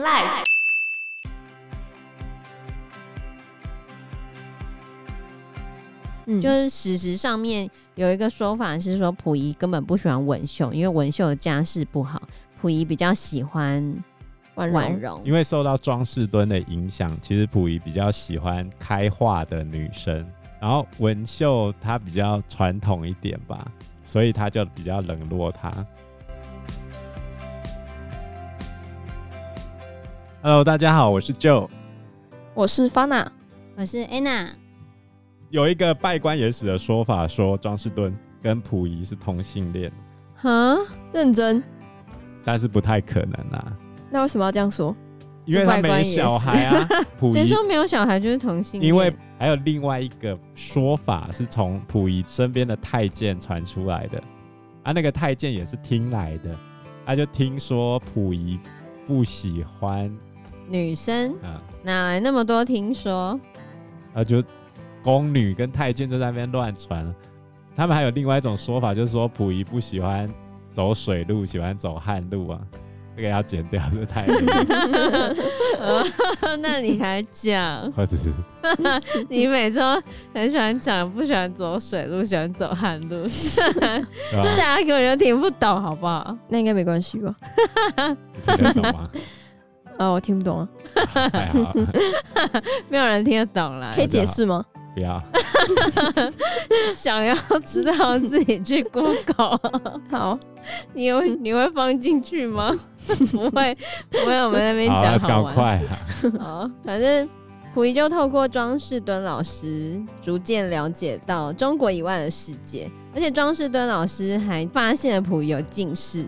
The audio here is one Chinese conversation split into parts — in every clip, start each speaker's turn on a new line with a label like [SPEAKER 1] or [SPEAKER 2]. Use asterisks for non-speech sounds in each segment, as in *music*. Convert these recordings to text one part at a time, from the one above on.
[SPEAKER 1] Life。
[SPEAKER 2] 嗯，
[SPEAKER 3] 就是史实上面有一个说法是说，溥仪根本不喜欢文秀，因为文秀的家世不好，溥仪比较喜欢
[SPEAKER 2] 婉
[SPEAKER 3] 婉
[SPEAKER 2] 容，
[SPEAKER 3] 容。
[SPEAKER 4] 因为受到庄士敦的影响，其实溥仪比较喜欢开化的女生，然后文秀她比较传统一点吧，所以他就比较冷落她。Hello，大家好，我是 Joe。
[SPEAKER 2] 我是 Fana，
[SPEAKER 3] 我是 Anna，
[SPEAKER 4] 有一个拜官野史的说法说，庄士敦跟溥仪是同性恋，
[SPEAKER 2] 哈，认真。
[SPEAKER 4] 但是不太可能啊，
[SPEAKER 2] 那为什么要这样说？
[SPEAKER 4] 因为他
[SPEAKER 3] 拜官
[SPEAKER 4] 没
[SPEAKER 3] 野史
[SPEAKER 4] 小孩啊。溥
[SPEAKER 3] 谁
[SPEAKER 4] 仪
[SPEAKER 3] 说没有小孩就是同性恋？
[SPEAKER 4] 因为还有另外一个说法是从溥仪身边的太监传出来的，啊，那个太监也是听来的，他、就听说溥仪不喜欢
[SPEAKER 3] 女生
[SPEAKER 4] 啊，
[SPEAKER 3] 哪来那么多听 *laughs* 说？
[SPEAKER 4] 啊就宫女跟太监就在那边乱传，他们还有另外一种说法，就是说溥仪不喜欢走水路，喜欢走旱路啊，这个要剪掉，这
[SPEAKER 3] *laughs*
[SPEAKER 4] 太离谱
[SPEAKER 3] 哦那你还讲？
[SPEAKER 4] 或者是
[SPEAKER 3] 你每次都很喜欢讲，不喜欢走水路，喜欢走旱路，
[SPEAKER 4] 对吧？
[SPEAKER 3] 大家根本就听不懂，好不好？
[SPEAKER 2] 那应该没关系吧？
[SPEAKER 4] 你听得懂
[SPEAKER 3] *laughs*
[SPEAKER 4] 吗？
[SPEAKER 2] 啊，我听不懂啊，
[SPEAKER 4] 还好啊，
[SPEAKER 3] 没有人听得懂啦
[SPEAKER 2] 可。以解释吗？
[SPEAKER 4] 不要。
[SPEAKER 3] 想要知道自己去 Google， *laughs*
[SPEAKER 2] 好，
[SPEAKER 3] 你会你会放进去吗？ *laughs* 不会，不会，我们那边
[SPEAKER 4] 好啊，
[SPEAKER 3] 讲好
[SPEAKER 4] 赶
[SPEAKER 3] 玩。
[SPEAKER 4] 快啊！
[SPEAKER 3] 哦，反正溥仪就透过庄士敦老师逐渐了解到中国以外的世界，而且庄士敦老师还发现了溥仪有近视，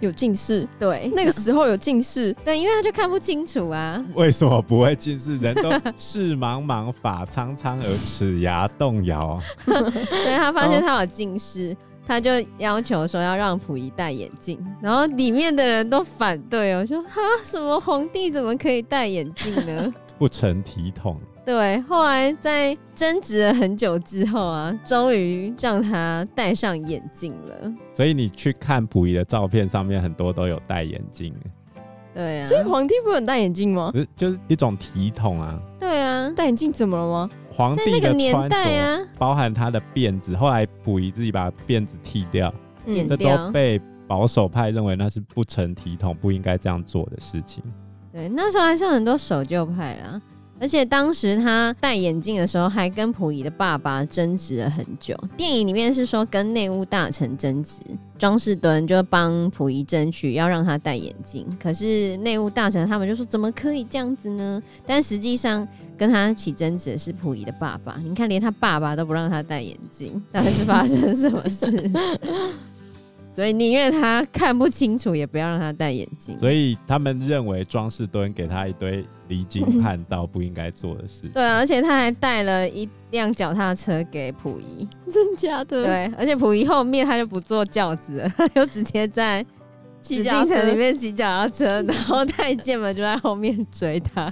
[SPEAKER 2] 有近视，
[SPEAKER 3] 对，
[SPEAKER 2] 那个时候有近视，
[SPEAKER 3] 对，因为他就看不清楚啊。
[SPEAKER 4] *laughs* 为什么不会近视？人都视茫茫，发苍苍，而齿牙动摇。 *laughs*
[SPEAKER 3] *laughs* 对他发现他有近视，他就要求说要让溥仪戴眼镜，然后里面的人都反对哦，说哈什么皇帝怎么可以戴眼镜呢？
[SPEAKER 4] *laughs* 不成体统。
[SPEAKER 3] 对，后来在争执了很久之后啊，终于让他戴上眼镜了。
[SPEAKER 4] 所以你去看溥仪的照片，上面很多都有戴眼镜，
[SPEAKER 3] 对啊，
[SPEAKER 2] 所以皇帝不能戴眼镜吗？
[SPEAKER 4] 不
[SPEAKER 3] 哦
[SPEAKER 4] 是就是一种体统啊。
[SPEAKER 3] 对啊，
[SPEAKER 2] 戴眼镜怎么了吗？
[SPEAKER 4] 皇
[SPEAKER 3] 在
[SPEAKER 4] 帝
[SPEAKER 3] 那
[SPEAKER 4] 的
[SPEAKER 3] 个年
[SPEAKER 4] 穿着，
[SPEAKER 3] 代啊，
[SPEAKER 4] 包含他的辫子，后来溥仪自己把辫子剃掉，
[SPEAKER 3] 剪
[SPEAKER 4] 这
[SPEAKER 3] 掉
[SPEAKER 4] 都被保守派认为那是不成体统，不应该这样做的事情。
[SPEAKER 3] 对，那时候还是很多守旧派啦。而且当时他戴眼镜的时候，还跟溥仪的爸爸争执了很久。电影里面是说跟内务大臣争执，庄士敦就帮溥仪争取要让他戴眼镜，可是内务大臣他们就说怎么可以这样子呢？但实际上跟他起争执的是溥仪的爸爸，你看连他爸爸都不让他戴眼镜，到底是发生什么事？
[SPEAKER 4] *laughs*
[SPEAKER 3] 所以宁愿他看不清楚，也不要让他戴眼镜。
[SPEAKER 4] 所以他们认为庄士敦给他一堆离经叛道、不应该做的事情。
[SPEAKER 3] 对啊，而且他还带了一辆脚踏车给溥仪。
[SPEAKER 2] *laughs* 真假的？，
[SPEAKER 3] 对，而且溥仪后面他就不坐轿子了，他就直接在紫
[SPEAKER 2] 骑脚
[SPEAKER 3] 禁
[SPEAKER 2] 踏
[SPEAKER 3] 城里
[SPEAKER 2] 车，
[SPEAKER 3] 面骑脚踏车，然后太监们就在后面追
[SPEAKER 2] *laughs*
[SPEAKER 3] 他。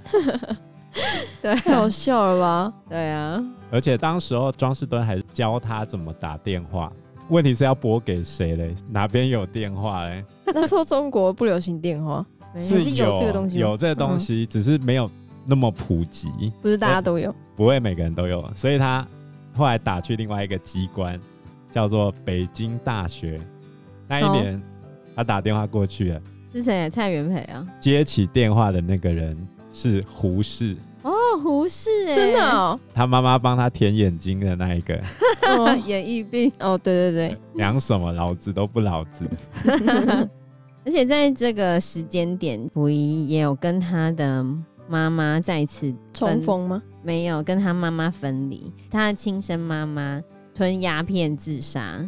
[SPEAKER 3] 对
[SPEAKER 2] 太好
[SPEAKER 3] 啊，
[SPEAKER 2] 笑了吧？
[SPEAKER 3] 对啊，
[SPEAKER 4] 而且当时候庄士敦还教他怎么打电话，问题是要拨给谁嘞？哪边有电话嘞？
[SPEAKER 2] 那时候中国不流行电话，
[SPEAKER 3] 没
[SPEAKER 2] 哎是
[SPEAKER 3] 事
[SPEAKER 2] 有这个东西吗嗯
[SPEAKER 4] 有这个东西，只是没有那么普及，
[SPEAKER 2] 不是大家都 *laughs* 有。
[SPEAKER 4] 不会每个人都有，所以他后来打去另外一个机关，叫做北京大学。那一
[SPEAKER 2] 哦
[SPEAKER 4] 年，他打电话过去了，
[SPEAKER 3] 是谁？蔡元培啊？
[SPEAKER 4] 接起电话的那个人是胡适，
[SPEAKER 3] 哦，胡适哎，
[SPEAKER 2] 真的哦， *laughs*
[SPEAKER 4] 他妈妈帮他舔眼睛的那一个， *laughs*
[SPEAKER 2] 哦
[SPEAKER 3] 演艺
[SPEAKER 2] *laughs*
[SPEAKER 3] 病。
[SPEAKER 2] 哦，对对对，
[SPEAKER 4] 讲什么老子都不老子。
[SPEAKER 3] 而且在这个时间点，溥仪也有跟他的妈妈再次
[SPEAKER 2] 重逢吗？
[SPEAKER 3] 没有跟他妈妈分离，他的亲生妈妈吞鸦片自杀，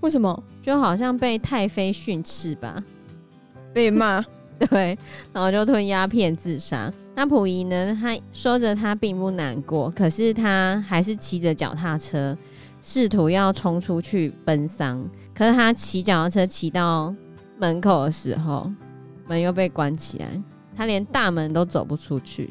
[SPEAKER 2] 为什么
[SPEAKER 3] 就好像被太妃训斥吧，
[SPEAKER 2] 被骂？
[SPEAKER 3] 对，然后就吞鸦片自杀。那溥仪呢？他说着他并不难过，可是他还是骑着脚踏车，试图要冲出去奔丧。可是他骑脚踏车骑到门口的时候，门又被关起来，他连大门都走不出去。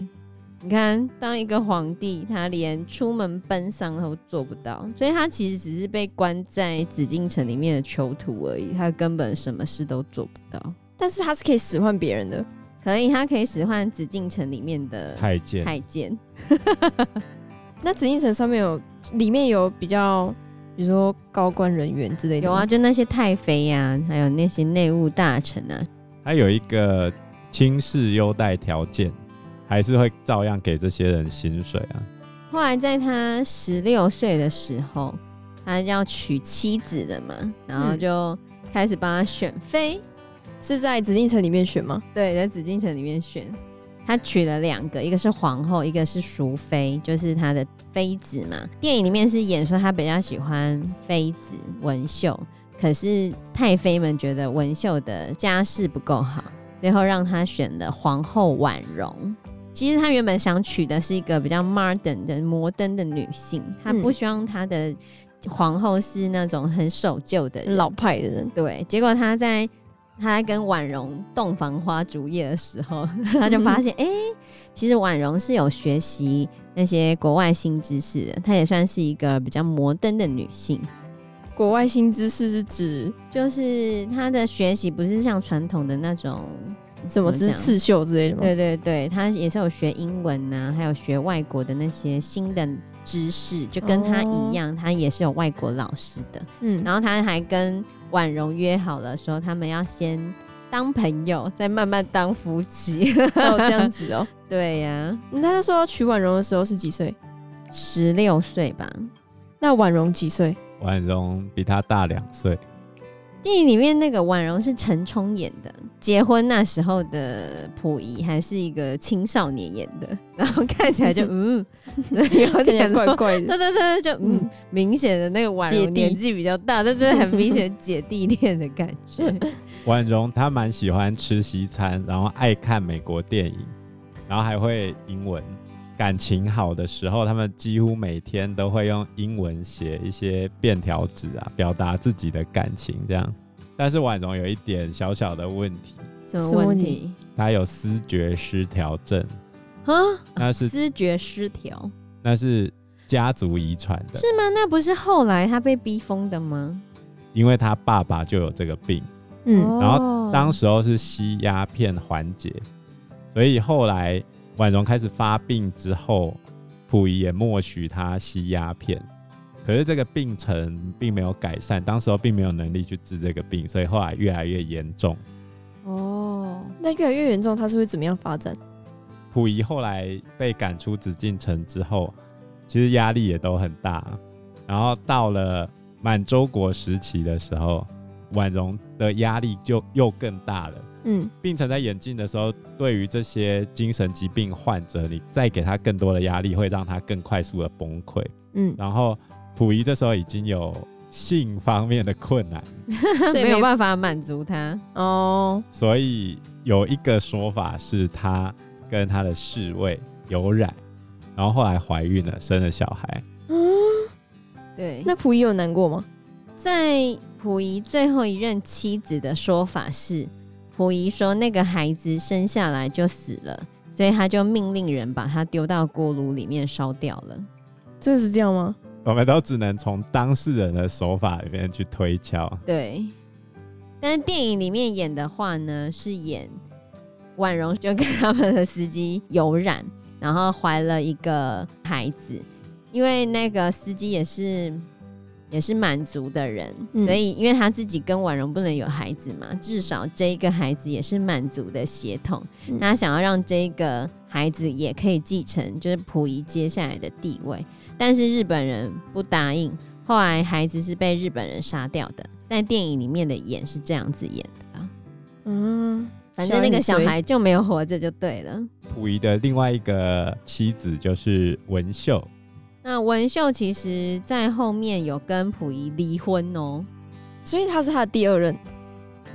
[SPEAKER 3] 你看，当一个皇帝，他连出门奔丧都做不到，所以他其实只是被关在紫禁城里面的囚徒而已，他根本什么事都做不到。
[SPEAKER 2] 但是他是可以使唤别人的，
[SPEAKER 3] 可以，他可以使唤紫禁城里面的
[SPEAKER 4] 太监，
[SPEAKER 3] 太监。
[SPEAKER 2] 那紫禁城上面有，里面有比较，比如说高官人员之类的。
[SPEAKER 3] 有啊，，就那些太妃呀、还有那些内务大臣啊，
[SPEAKER 4] 他有一个轻视优待条件，还是会照样给这些人薪水啊。
[SPEAKER 3] 后来在他十六岁的时候，他要娶妻子了嘛，然后就开始帮他选妃。
[SPEAKER 2] 是在紫禁城里面选吗？
[SPEAKER 3] 对，在紫禁城里面选，他娶了两个，一个是皇后，一个是淑妃，就是他的妃子嘛。电影里面是演说他比较喜欢妃子文秀，可是太妃们觉得文秀的家世不够好，最后让他选了皇后婉容。其实他原本想娶的是一个比较 modern 的摩登的女性，他不
[SPEAKER 2] 嗯
[SPEAKER 3] 希望他的皇后是那种很守旧的人。
[SPEAKER 2] 老派的人，
[SPEAKER 3] 对，结果他在他在跟婉容洞房花烛夜的时候， *laughs* 他就发现，哎、其实婉容是有学习那些国外新知识的，她也算是一个比较摩登的女性。
[SPEAKER 2] 国外新知识是指
[SPEAKER 3] 就是她的学习不是像传统的那种，
[SPEAKER 2] 什
[SPEAKER 3] 怎么
[SPEAKER 2] 么？这是
[SPEAKER 3] 讲
[SPEAKER 2] 刺绣之类的吗？
[SPEAKER 3] 对对对，她也是有学英文呐、还有学外国的那些新的知识，就跟她
[SPEAKER 2] 哦
[SPEAKER 3] 一样，她也是有外国老师的。
[SPEAKER 2] 嗯，
[SPEAKER 3] 然后他还跟婉容约好了，说他们要先当朋友，再慢慢当夫妻。 *laughs*
[SPEAKER 2] 还有这样子 *laughs* 哦。
[SPEAKER 3] 对呀、
[SPEAKER 2] 你那时候要娶婉容的时候是几岁？
[SPEAKER 3] 十六岁吧。
[SPEAKER 2] 那婉容几 *laughs* 岁？
[SPEAKER 4] 婉容比他大两岁，
[SPEAKER 3] 电影里面那个婉容是陈冲演的，结婚那时候的溥仪还是一个青少年演的， *laughs* 然后看起 *laughs* 来就嗯，有
[SPEAKER 2] 看起来
[SPEAKER 3] 点
[SPEAKER 2] 怪
[SPEAKER 3] 落。
[SPEAKER 2] 怪 *laughs* 的。
[SPEAKER 3] *laughs* 对对对，就嗯，
[SPEAKER 2] 嗯
[SPEAKER 3] 明显的那个婉
[SPEAKER 2] 姐
[SPEAKER 3] 容
[SPEAKER 2] 弟
[SPEAKER 3] 年纪比较大，对对，很明显姐弟恋的感 *laughs* 觉。
[SPEAKER 4] 婉容她蛮喜欢吃西餐，然后爱看美国电影，然后还会英文。感情好的时候，他们几乎每天都会用英文写一些便条纸啊，表达自己的感情这样。但是婉容有一点小小的问题，
[SPEAKER 3] 什么
[SPEAKER 2] 什么
[SPEAKER 3] 问
[SPEAKER 2] 问
[SPEAKER 3] 题？
[SPEAKER 4] 她有思觉失调症，
[SPEAKER 3] 啊，
[SPEAKER 4] 那是
[SPEAKER 3] 知觉失调。
[SPEAKER 4] 那是家族遗传的，
[SPEAKER 3] 是吗？那不是后来他被逼疯的吗？哦
[SPEAKER 4] 因为她爸爸就有这个病。
[SPEAKER 2] 嗯，
[SPEAKER 4] 然
[SPEAKER 3] 后
[SPEAKER 4] 当时候是吸鸦片缓解，所以后来婉容开始发病之后，溥仪也默许她吸鸦片。可是这个病程并没有改善，当时候并没有能力去治这个病，所以后来越来越严重。
[SPEAKER 3] *laughs* 哦，
[SPEAKER 2] 那越来越严重，它是会怎么样发展？
[SPEAKER 4] 溥仪后来被赶出紫禁城之后，其实压力也都很大。然后到了满洲国时期的时候，婉容的压力就又更大了。
[SPEAKER 2] 嗯，
[SPEAKER 4] 病程在演进的时候，对于这些精神疾病患者，你再给他更多的压力，会让他更快速的崩溃。
[SPEAKER 2] 嗯，
[SPEAKER 4] 然后溥仪这时候已经有性方面的困难，
[SPEAKER 2] 所以
[SPEAKER 3] 没有
[SPEAKER 2] 嗯没
[SPEAKER 3] 办法满足他。
[SPEAKER 2] 哦，
[SPEAKER 4] 所以有一个说法是她跟她的侍卫有染，然后后来怀孕了，生了小孩。
[SPEAKER 2] 啊
[SPEAKER 3] 对，那
[SPEAKER 2] 那溥仪有难过吗？
[SPEAKER 3] 在溥仪最后一任妻子的说法是，溥仪说那个孩子生下来就死了，所以他就命令人把他丢到锅炉里面烧掉了。
[SPEAKER 2] 真的是这样吗？
[SPEAKER 4] 我们都只能从当事人的手法里面去推敲。
[SPEAKER 3] 对，但是电影里面演的话呢，是演婉容就跟他们的司机有染，然后怀了一个孩子，因为那个司机也是也是满族的人，
[SPEAKER 2] 嗯
[SPEAKER 3] 所以因为他自己跟婉容不能有孩子嘛，至少这一个孩子也是满族的血统，
[SPEAKER 2] 嗯
[SPEAKER 3] 那他想要让这个孩子也可以继承就是溥仪接下来的地位，但是日本人不答应，后来孩子是被日本人杀掉的，在电影里面的演是这样子演的啊，
[SPEAKER 2] 嗯，
[SPEAKER 3] 反正那个小
[SPEAKER 2] 小孩很衰
[SPEAKER 3] 孩就没有活着就对了。
[SPEAKER 4] 溥仪的另外一个妻子就是文秀，
[SPEAKER 3] 那文秀其实在后面有跟溥仪离婚哦，
[SPEAKER 2] 所以他是他的第二任。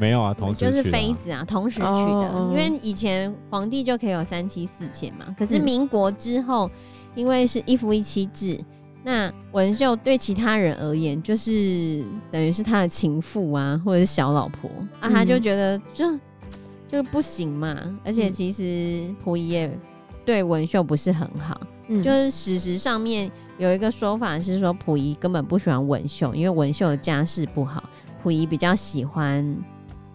[SPEAKER 4] 没有啊，同时
[SPEAKER 3] 就是
[SPEAKER 4] 娶了
[SPEAKER 3] 妃子啊，同时娶的，
[SPEAKER 2] 哦
[SPEAKER 3] 因为以前皇帝就可以有三妻四妾嘛，可是
[SPEAKER 2] 嗯
[SPEAKER 3] 民国之后，因为是一夫一妻制。那文秀对其他人而言，就是等于是他的情妇啊，或者是小老婆啊，
[SPEAKER 2] 嗯嗯
[SPEAKER 3] 他就觉得这就不行嘛。而且其实溥仪也对文秀不是很好，
[SPEAKER 2] 嗯，
[SPEAKER 3] 就
[SPEAKER 2] 就是
[SPEAKER 3] 史实上面有一个说法是说，溥仪根本不喜欢文秀，因为文秀的家世不好，溥仪比较喜欢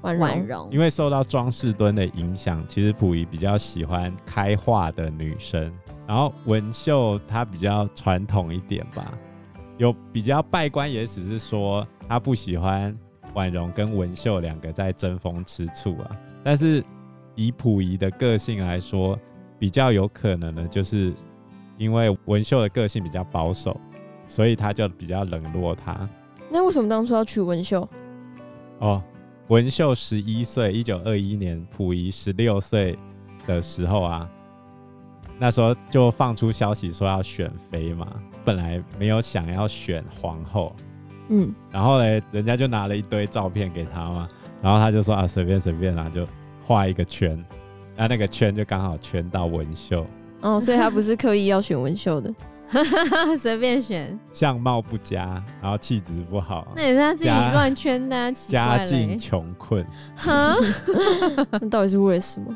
[SPEAKER 2] 婉容
[SPEAKER 3] 婉容 *laughs*
[SPEAKER 4] 因，为受到庄士敦的影响，其实溥仪比较喜欢开化的女生，然后文秀她比较传统一点吧，有比较拜官，也只是说她不喜欢婉容跟文秀两个在争风吃醋啊。但是以溥仪的个性来说，比较有可能的就是因为文秀的个性比较保守，所以他就比较冷落她。
[SPEAKER 2] 那为什么当初要娶文秀？
[SPEAKER 4] 哦，文秀十一岁，一九二一年，溥仪十六岁的时候啊，那时候就放出消息说要选妃嘛，本来没有想要选皇后，
[SPEAKER 2] 嗯，
[SPEAKER 4] 然后嘞，人家就拿了一堆照片给他嘛，然后他就说啊，随便随便啦、就画一个圈，那、那个圈就刚好圈到文秀，
[SPEAKER 2] 哦，所以他不是刻意要选文秀的，
[SPEAKER 3] 随便选，
[SPEAKER 4] 相貌不佳，然后气质不好，
[SPEAKER 3] 那也是他自己
[SPEAKER 4] 家
[SPEAKER 3] 乱圈的、啊，奇怪
[SPEAKER 4] 家
[SPEAKER 3] 了
[SPEAKER 4] 境
[SPEAKER 3] 欸，
[SPEAKER 4] 穷困，
[SPEAKER 3] 哈，
[SPEAKER 2] 那到底是为了什么？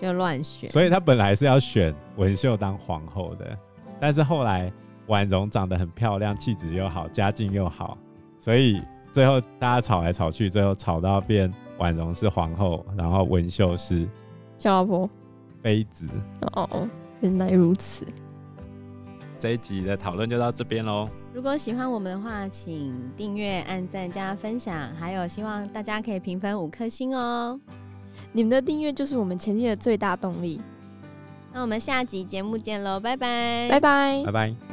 [SPEAKER 3] 就乱选，
[SPEAKER 4] 所以他本来是要选文秀当皇后的，但是后来婉容长得很漂亮，气质又好，家境又好，所以最后大家吵来吵去，最后吵到变婉容是皇后，然后文秀是
[SPEAKER 2] 小老婆？
[SPEAKER 4] 妃子。
[SPEAKER 2] 哦哦哦，原来如此。
[SPEAKER 4] 这一集的讨论就到这边喽，
[SPEAKER 3] 如果喜欢我们的话，请订阅、按赞、加分享，还有希望大家可以评分五颗星哦。
[SPEAKER 2] 你们的订阅就是我们前进的最大动力。
[SPEAKER 3] 那我们下集节目见喽，拜拜，
[SPEAKER 2] 拜拜
[SPEAKER 4] 拜。拜。